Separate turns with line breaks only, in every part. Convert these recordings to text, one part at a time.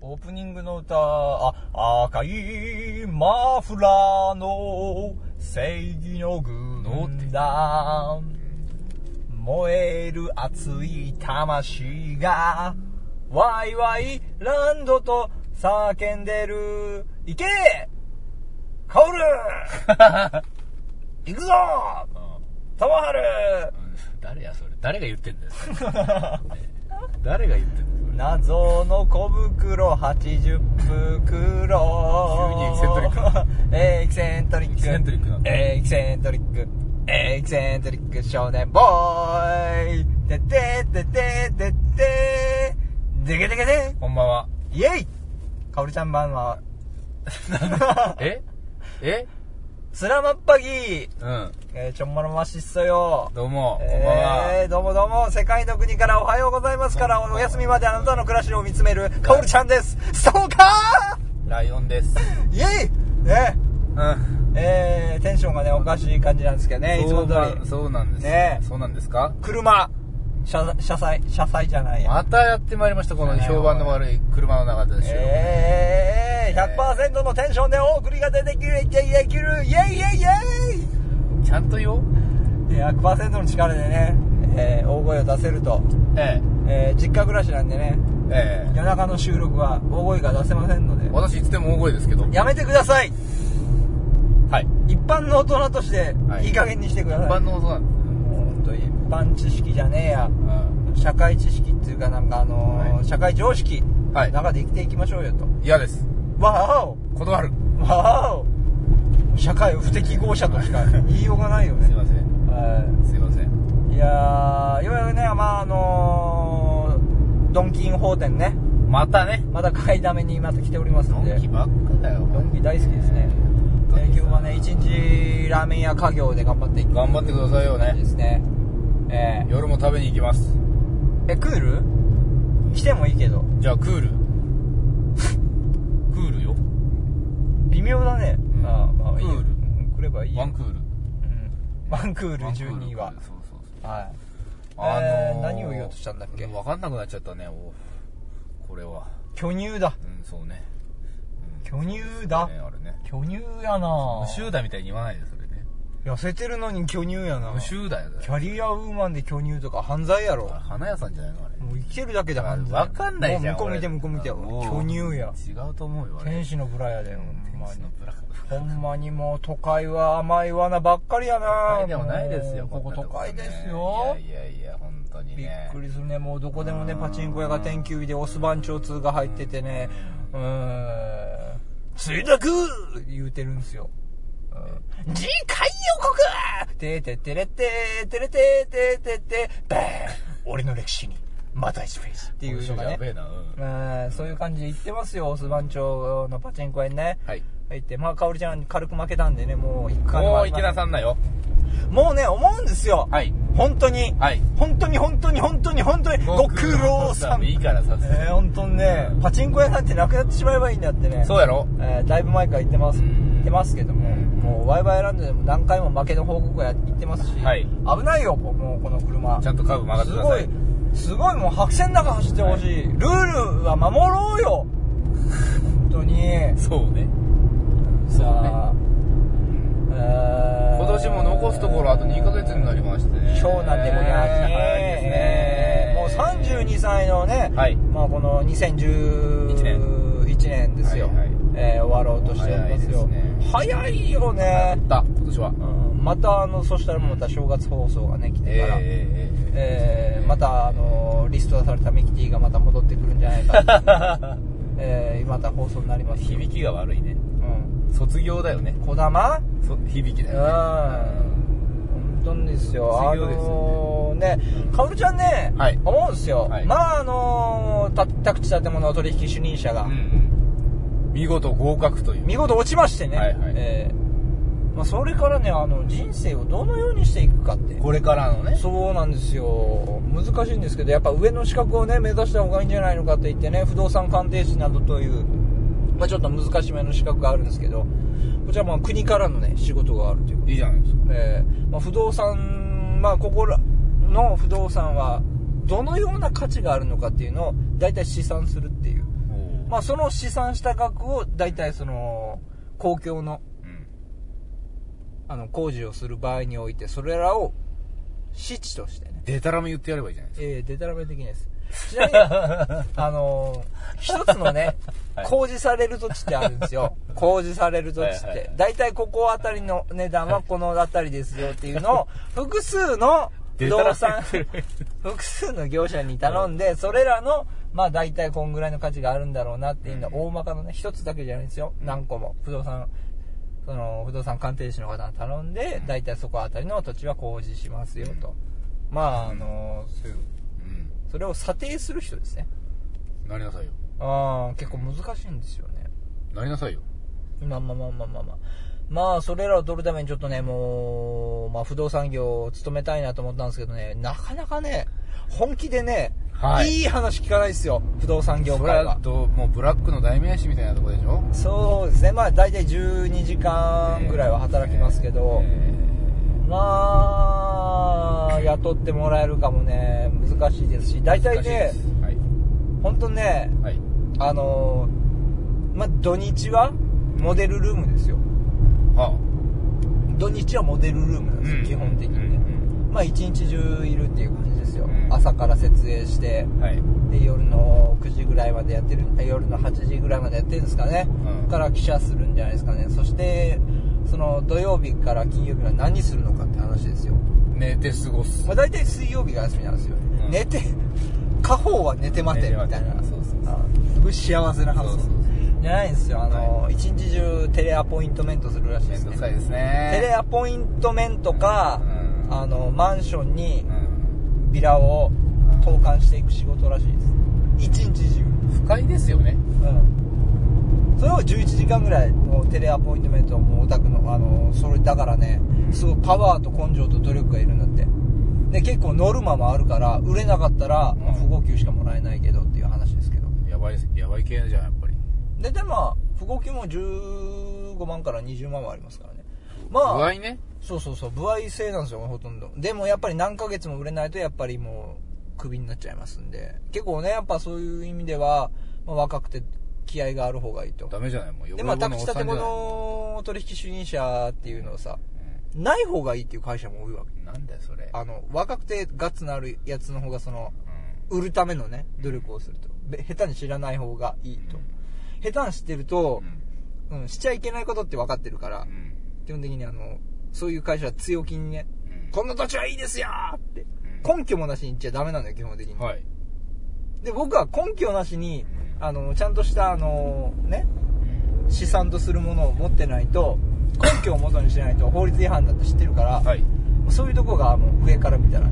オープニングの歌、あ、赤いマフラーの正義の軍団。燃える熱い魂が、ワイワイランドと叫んでる。行けカオル行くぞ玉春
誰やそれ誰が言ってんだよそれね誰が言ってんだよそれ
謎の小袋80袋
急にエキセントリックな
えーエキセントリック
エキセントリックな
えーエキセントリックえーエキセントリック少年ボーイててててててでけでけで
こんばんは
イエイかおりちゃん版は
ええ
スラマッパギー
うん
えーちょんまろましっそよ
どうも、こんばん
え
は
ー、どうもどうも、世界の国からおはようございますから、お休みまであなたの暮らしを見つめる、かおるちゃんです。そうか
ライオンです
ーイェイね
うん
えー、テンションがね、おかしい感じなんですけどね、いつ
そ
も
う
通
な
り。
そうなんです
ねえ
そうなんですか
車、車、車載、車載じゃないや。
またやってまいりましたこの評判の悪い車の中でしょ
えー、100%のテンションでお送りができる、できる、イェイイェイイェイ
ちゃんとよ
100%の力でね、えー、大声を出せると、
え
えー、実家暮らしなんでね、
えええ
夜中の収録は大声が出せませんので、
私いつでも大声ですけど
やめてください
はい
一般の大人として
はい
いい加減にしてくだ
一
さい、
般の音なんです
もう本当一般知識じゃねえや
うん
社会知識っていうかなんかあのー
はい
社会常識
はい
中で生きていきましょうよと、
嫌です
わお
断る
わお社会を不適合者とし か言いようがないよ
すい
ね
ません
は
すいません
いいやーようやくねまああのードンキン法店ね
またね
また買いだめにまた来ております
ド
んで
ンキばっかだよ
ドンキ大好きですね
本当
えー
に
今日
さ
はね一日ラーメン屋家業で頑張っていく
頑張ってくださいよ
いい
ね
ですねえ
夜も食べに行きます
ーえクール来てもいいけど
じゃあクール クールよ
微妙だね、
うん
ああまあいいよ
クール
うん来ればいいよ
ワンクー
う
ル
んワンクール
ワンクール
12は
そうそうそう
はい
あの
え
ー
ー何を言おうとしたんだっけ
分かんなくなっちゃったねおこれは
巨乳だ
うんそうねうん
巨乳だ、
ねあれね
巨乳やな
無臭だみたいに言わないでそれね
痩せてるのに巨乳やな
無臭だよ
キャリアウーマンで巨乳とか犯罪やろ
あ花屋さんじゃないのあれ
もう生きてるだけで犯罪
わかんないじゃ
もう
ん
向こう見て
俺
向こう見て
もう
巨乳や
違うと思うよあれ
天使のブラやでほん
天
ま
使
に
のブラ
ほんまにもう都会は甘い罠ばっかりやな
都会でもないですよ
ここ
んな
都
とね
会ですよ
いやいやいや本当に
びっ
ね
くりするねもうどこでもね
うん
パチンコ屋が天球日でオス番長通が入っててねうーん「墜落!」言うてるんですようん次回予告てててれててれててててバーン俺の歴史にまた1フェーズっていうのが
やべ
ね
えな
う
うん
んそういう感じで言ってますよオス番長のパチンコ屋にね
はい
入ってまあかおりちゃん軽く負けたんでねもう一回
も
も
う池田さんだよ
もうね思うんですよ
はい
本当に
はい
本当に本当に本当に本当にご苦労さん
いいからさ
えー、本当にねパチンコ屋なんてなくなってしまえばいいんだってね
そうやろ
えーだいぶ前から言ってます
うん
言ってますけども
うん
もうワイワイランドでも何回も負けの報告をやってますし、
はい
危ないよもうもうこの車
ちゃんとカーブ曲がって
す
くださ
ご
い
いすごいもう白線の中走ってほしい、ルールは守ろうよ本当に
そうねそ
さ
うね
あ今
今年も残すところあと2ヶ月になりましてね
長男でもや
えー
もう
早いですね
32歳のね、
はい
まあ、この2011
一年
年ですよ、
はいはい
えー終わろうとしておりますよ
早いですね
早いよ
や
ね
っ、た今年は
うんまたあのそしたらまた正月放送がね来てから、え
えーえーえー
ーまたあのリストアされたミキティがまた戻ってくるんじゃないかと、えーまた放送になりますよ
響きが悪いね
うん
卒業だよね
こだま
そ響きだ
うん
よ
本当にですよあ
卒業です
のーねかおるちゃんね、
はい
思うんですよ、
はい
まああのーた宅地建物取引主任者が、
ねうん見事合格という
見事落ちましてね、
はいはい
えーまあ、それからねあの人生をどのようにしていくかって
これからのね
そうなんですよ難しいんですけどやっぱ上の資格をね目指した方がいいんじゃないのかと言ってね不動産鑑定士などという、まあ、ちょっと難しめの資格があるんですけどこちらまあ国からのね仕事があるということで
いいじゃないですか
えーまあ、不動産、まあ、ここらの不動産はどのような価値があるのかっていうのを大体試算するっていう、まあ、その試算した額を、大体その、公共の、
うん
あの、工事をする場合において、それらを、支持としてね。
でたらめ言ってやればいいじゃないですか
えー、でたらめ的にです。ちなみ に、あのー一つのね、
はい
工事される土地ってあるんです よ。工事される土地っ
はいはいは
て
い。
大体ここあたりの値段はこのあたりですよっていうの を、複数の不動産、
でたらめ言ってる
複数の業者に頼んで、それらの、まあ大体こんぐらいの価値があるんだろうなっていうのは、
うん
大まかのね、一つだけじゃないんですよ。
うん
何個も。不動産、その、不動産鑑定士の方に頼んで
う、ん
大体そこあたりの土地は工事しますよと。まあ、あのーそういう
うん
それを査定する人ですね。
なりなさいよ
ああ、結構難しいんですよね。
なりなさいよ
まあまあまあまあまあまあ。まあ、それらを取るためにちょっとね、もう、まあ、不動産業を務めたいなと思ったんですけどね、なかなかね、本気でね、
はい
い、い話聞かないですよ、不動産業
そ
界
れは
は。
どうもうブラックの代名詞みたいなとこでしょ
そうですね、まあ、大体12時間ぐらいは働きますけど、まあ、雇ってもらえるかもね、難しいですし、大体ね、
はい
本当ね、
はい
あのーまあ、土日はモデルルームですよ。
は
土日はモデルルームなんですよ、
うん
基本的にね、
うん
まあ一日中いるっていう感じですよ、
うん
朝から設営して
あはい
で夜の9時ぐらいまでやってるえ夜の8時ぐらいまでやってるんですかね、
うん
そこから記者するんじゃないですかねそしてその土曜日から金曜日は何するのかって話ですよ、
寝て過ごす
まあ、大体水曜日が休みなんですよ、
うん
寝て家宝は寝て待てみたい
寝て
な
待てそうそうそう
あすごい幸せな話
そうそうそう
じゃないんですよあの、
は
一日中テレアポイントメントするらしいで
めん
す
ど
ね
くさいですね
テレアポイントメントか、
うん
あのマンションに
うん
ビラを投函していく仕事らしいです一日中
不快ですよね
うんそれを11時間ぐらいもうテレアポイントメントもうオタクのあのそれだからねすごいパワーと根性と努力がいるんだってで結構ノルマもあるから売れなかったら
ん
不合給しかもらえないけどっていう話ですけど
やばいやばい系じゃんやっぱり
ででまあ不合給も15万から20万はありますからねまあ
具合ね
そうそうそう、歩合制なんですよ、ほとんど。でもやっぱり何ヶ月も売れないと、やっぱりもう、クビになっちゃいますんで。結構ね、やっぱそういう意味では、まあ、若くて気合がある方がいいと。
ダメじゃないもう
で、まあ、
汚れ
宅地
物
建
のおっ
物取引主任者っていうのをさ、
さんじゃな
な
い
い方がいいっていう会社も多いわけ。
うんなんだよそれ
あの、若くてガッツのあるやつの方が、その、
う
売るためのね、努力をすると。で下手に知らない方がいいと。下手に知ってると
ん、
うん、しちゃいけないことって分かってるから
う、ん
基本的にあの、そういう会社は強気にね、
うん
こんな土地はいいですよーって
う
根拠もなしに言っちゃダメなんだよ基本的に、
んはい
で僕は根拠なしに
うん
あのちゃんとしたあのね資産とするものを持ってないと根拠を元にしないと法律違反だって知ってるから、
はい
そういうとこがもう上から見たら、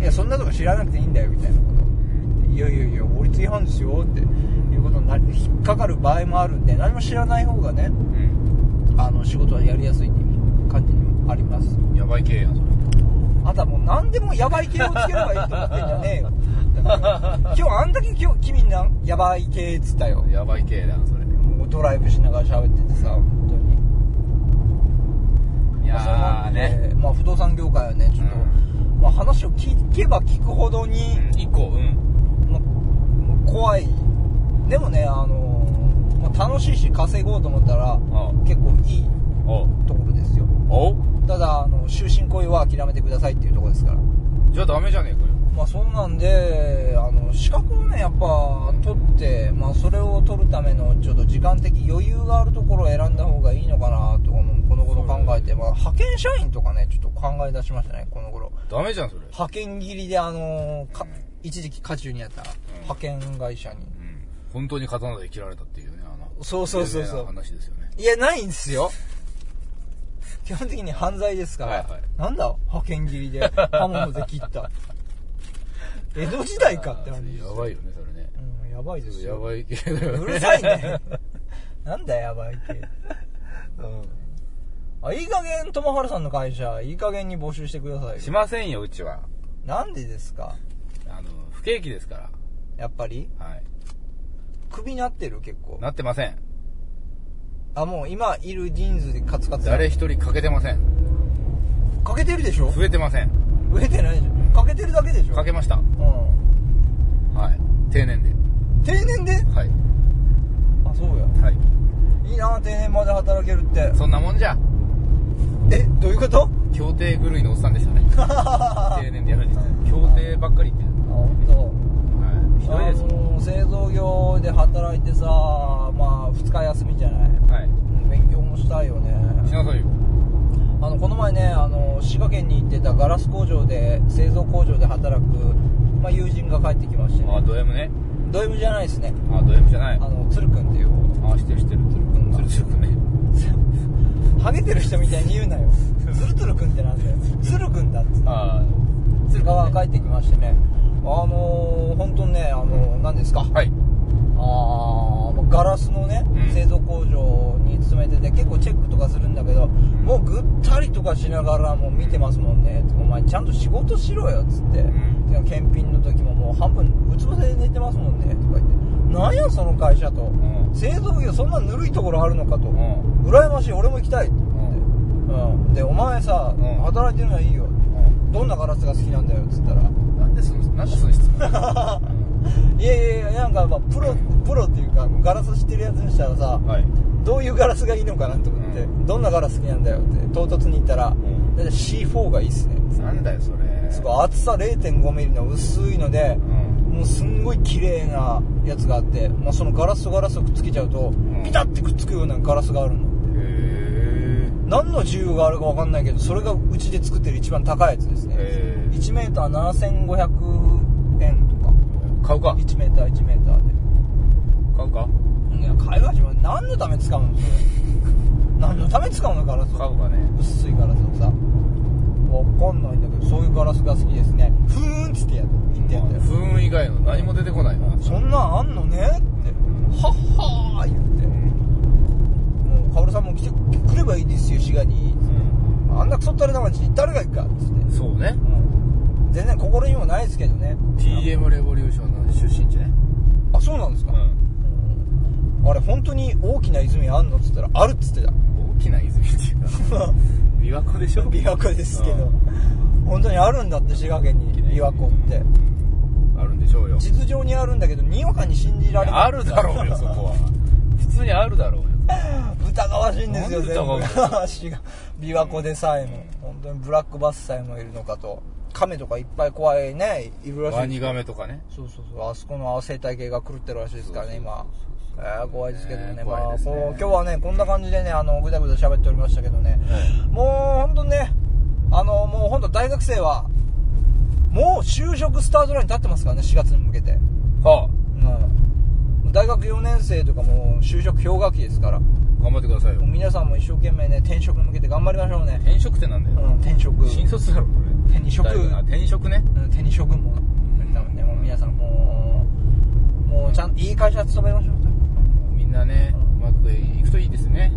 いやそんなとこ知らなくていいんだよみたいなこといやいやいや法律違反ですよっていうことになり引っかかる場合もあるんで何も知らない方がね
うん
あの仕事はやりやすいっていう感じにもあります
やばい系やんそれ
あとはもう何でもヤバい系をつければいいと思ってんじゃ ねえよ。だから今日あんだけ今日君なヤバい系っつったよ。
やばい系だなそれ
もうドライブしながら喋っててさ、本当に。まあそうな
い
んで。まあ不動産業界はね、ちょっと、まあ話を聞けば聞くほどに、
一個うん
まあもう怖い。でもね、あのーまあ楽しいし稼ごうと思ったら、結構いい
お
ところですよ。
お
ただ、あの、終身雇用は諦めてくださいっていうところですから。
じゃあダメじゃねえかよ
まあそんなんで、あの、資格をね、やっぱ取って、まあそれを取るためのちょっと時間的余裕があるところを選んだ方がいいのかなとかも、この頃考えて、まあ派遣社員とかね、ちょっと考え出しましたね、この頃。
ダメじゃんそれ
派遣切りであの、か
うん
一時期渦中にあった派遣会社に。
うん本当に刀で切られたっていうねあの
そうそうそうそう
有名な話ですよね
いや、ないんですよ。基本的に犯罪ですから。
はいはい
なんだ派遣切りで刃物で切った。江戸時代かって
あ
話で
ー
す
そ
よ
れやばいよねそれね
うん、やばいです
や
よ。
ばい系だよね
うるさいね。 なんだよ、やばいって。うん。あ、いい加減、友春さんの会社、いい加減に募集してください
し
よ。
ませんようちは
なんでですか
あの不景気ですか
やっぱり
らはい
クビになってる結構。
なってません
あ、もう今いる人数でカツカツ。
誰一人欠けてません
かけてるでしょ
増えてません
増えてないでしょかけてるだけでしょ
欠けました
うん。
はい定年で
定年で
はいなもんじゃ
えどういうこと
協定狂いのおっさんでした ね定年でやられて協定ばっかり言って
あ本当。
る、はい、ひどいで
あ
すもん
の製造業で働いてさまあ2日休みじゃない
はい
うん勉強もしたいよね
しなさいよ
あのこの前ねあの滋賀県に行ってたガラス工場で製造工場で働く、まあ、友人が帰ってきまして、
あ
ね、
ド M ね
ド M じゃないですね
あド M じゃな
あ
い
の鶴くんっていう
あしてるしてるつるくんつるつるくんね
ハゲてる人みたいに言うなよ鶴鶴くんってなんだよ鶴くんだっつって
あ
鶴川が帰ってきましてねあのー、本当にねあの何ですか
あはい
あーガラスのね、
うん
製造工場に勤めてて結構チェックとかするんだけど、もうぐったりとかしながらもう見てますもんね、お前ちゃんと仕事しろよっつって、
ん
で検品の時ももう半分うつ伏せで寝てますもんねとか言ってなんやその会社と、
ん
製造業そんなぬるいところあるのかと、
ん
羨ましい俺も行きたいって、うん、でお前さ、
うん
働いてるのはいいよ
う
どんなガラスが好きなんだよっつったら
んなんでそのなんでその 質問
いやいやいやなんかまあプロプロっていうかガラス知ってるやつにしたらさ
はい
どういうガラスがいいのかなと思って、
うん
どんなガラス好きなんだよって唐突に言ったら、
ん
だいたい C4 がいいっすね
なんだよそれ
すごい厚さ1 5ミリの薄いので
う、ん
もうすんごい綺麗なやつがあって、まあ、そのガラスとガラスをくっつけちゃうと、
ん
ピタッてくっつくようなガラスがあるの
へ
何の需要があるか分かんないけどそれがうちで作ってる一番高いやつですね
へー
1m7500 円とか
え買うか
1m1m で
買うか
いや会話しま何のため使うのそれ何のため使うのガラス
買うかね
薄いガラスをさわかんないんだけどそういうガラスが好きですねふーんっつってやっ言ってやったよ、
不運以外の何も出てこないな
そんなんあんのねってはっはー言ってもうカオルさんも来てくればいいですよ滋賀にあんなクソったれな街に誰が行くかっつって、
そうね
うん、全然心にもないですけどね
TM レボリューションの出身地ね
あそうなんですか、あれ本当に大きな泉あんのっつったらあるっつってた
大きな泉っていうか琵琶湖でしょ
琵琶湖ですけ
う
ど
ん
本当にあるんだって滋賀県に琵琶湖って
あるんでしょうよ
地図上にあるんだけどにわかに信じられない
あるだろうよそこは普通にあるだろうよ
疑わしいんですよ
なんで
全
疑
部
うの
が滋賀琵琶湖でさえも本当にブラックバスさえもいるのかと亀とかいっぱい怖いねいるら
ワ
しい
ニガメとかね
そうそうそうあそこの生態系が狂ってるらしいですからね今えー怖いですけどね
ね
まあ
怖いですね
こう今日はねこんな感じでねあのぐだぐだ喋っておりましたけどね、もう本当ねあのもう本当大学生はもう就職スタートラインに立ってますからね4月に向けて、
は
うん、大学4年生とかもう就職氷河期ですからも
あ頑張ってくださいうよ
皆さんも一生懸命ね転職に向けて頑張りましょうね、
転職ってなんだ
う
よ
ん、転職
新卒だろこれ
転職
大学あ転職ね
うん手に職も多分ねもう皆さんもうもうちゃんいい会社勤めましょう
みんなねうまくいくといいですね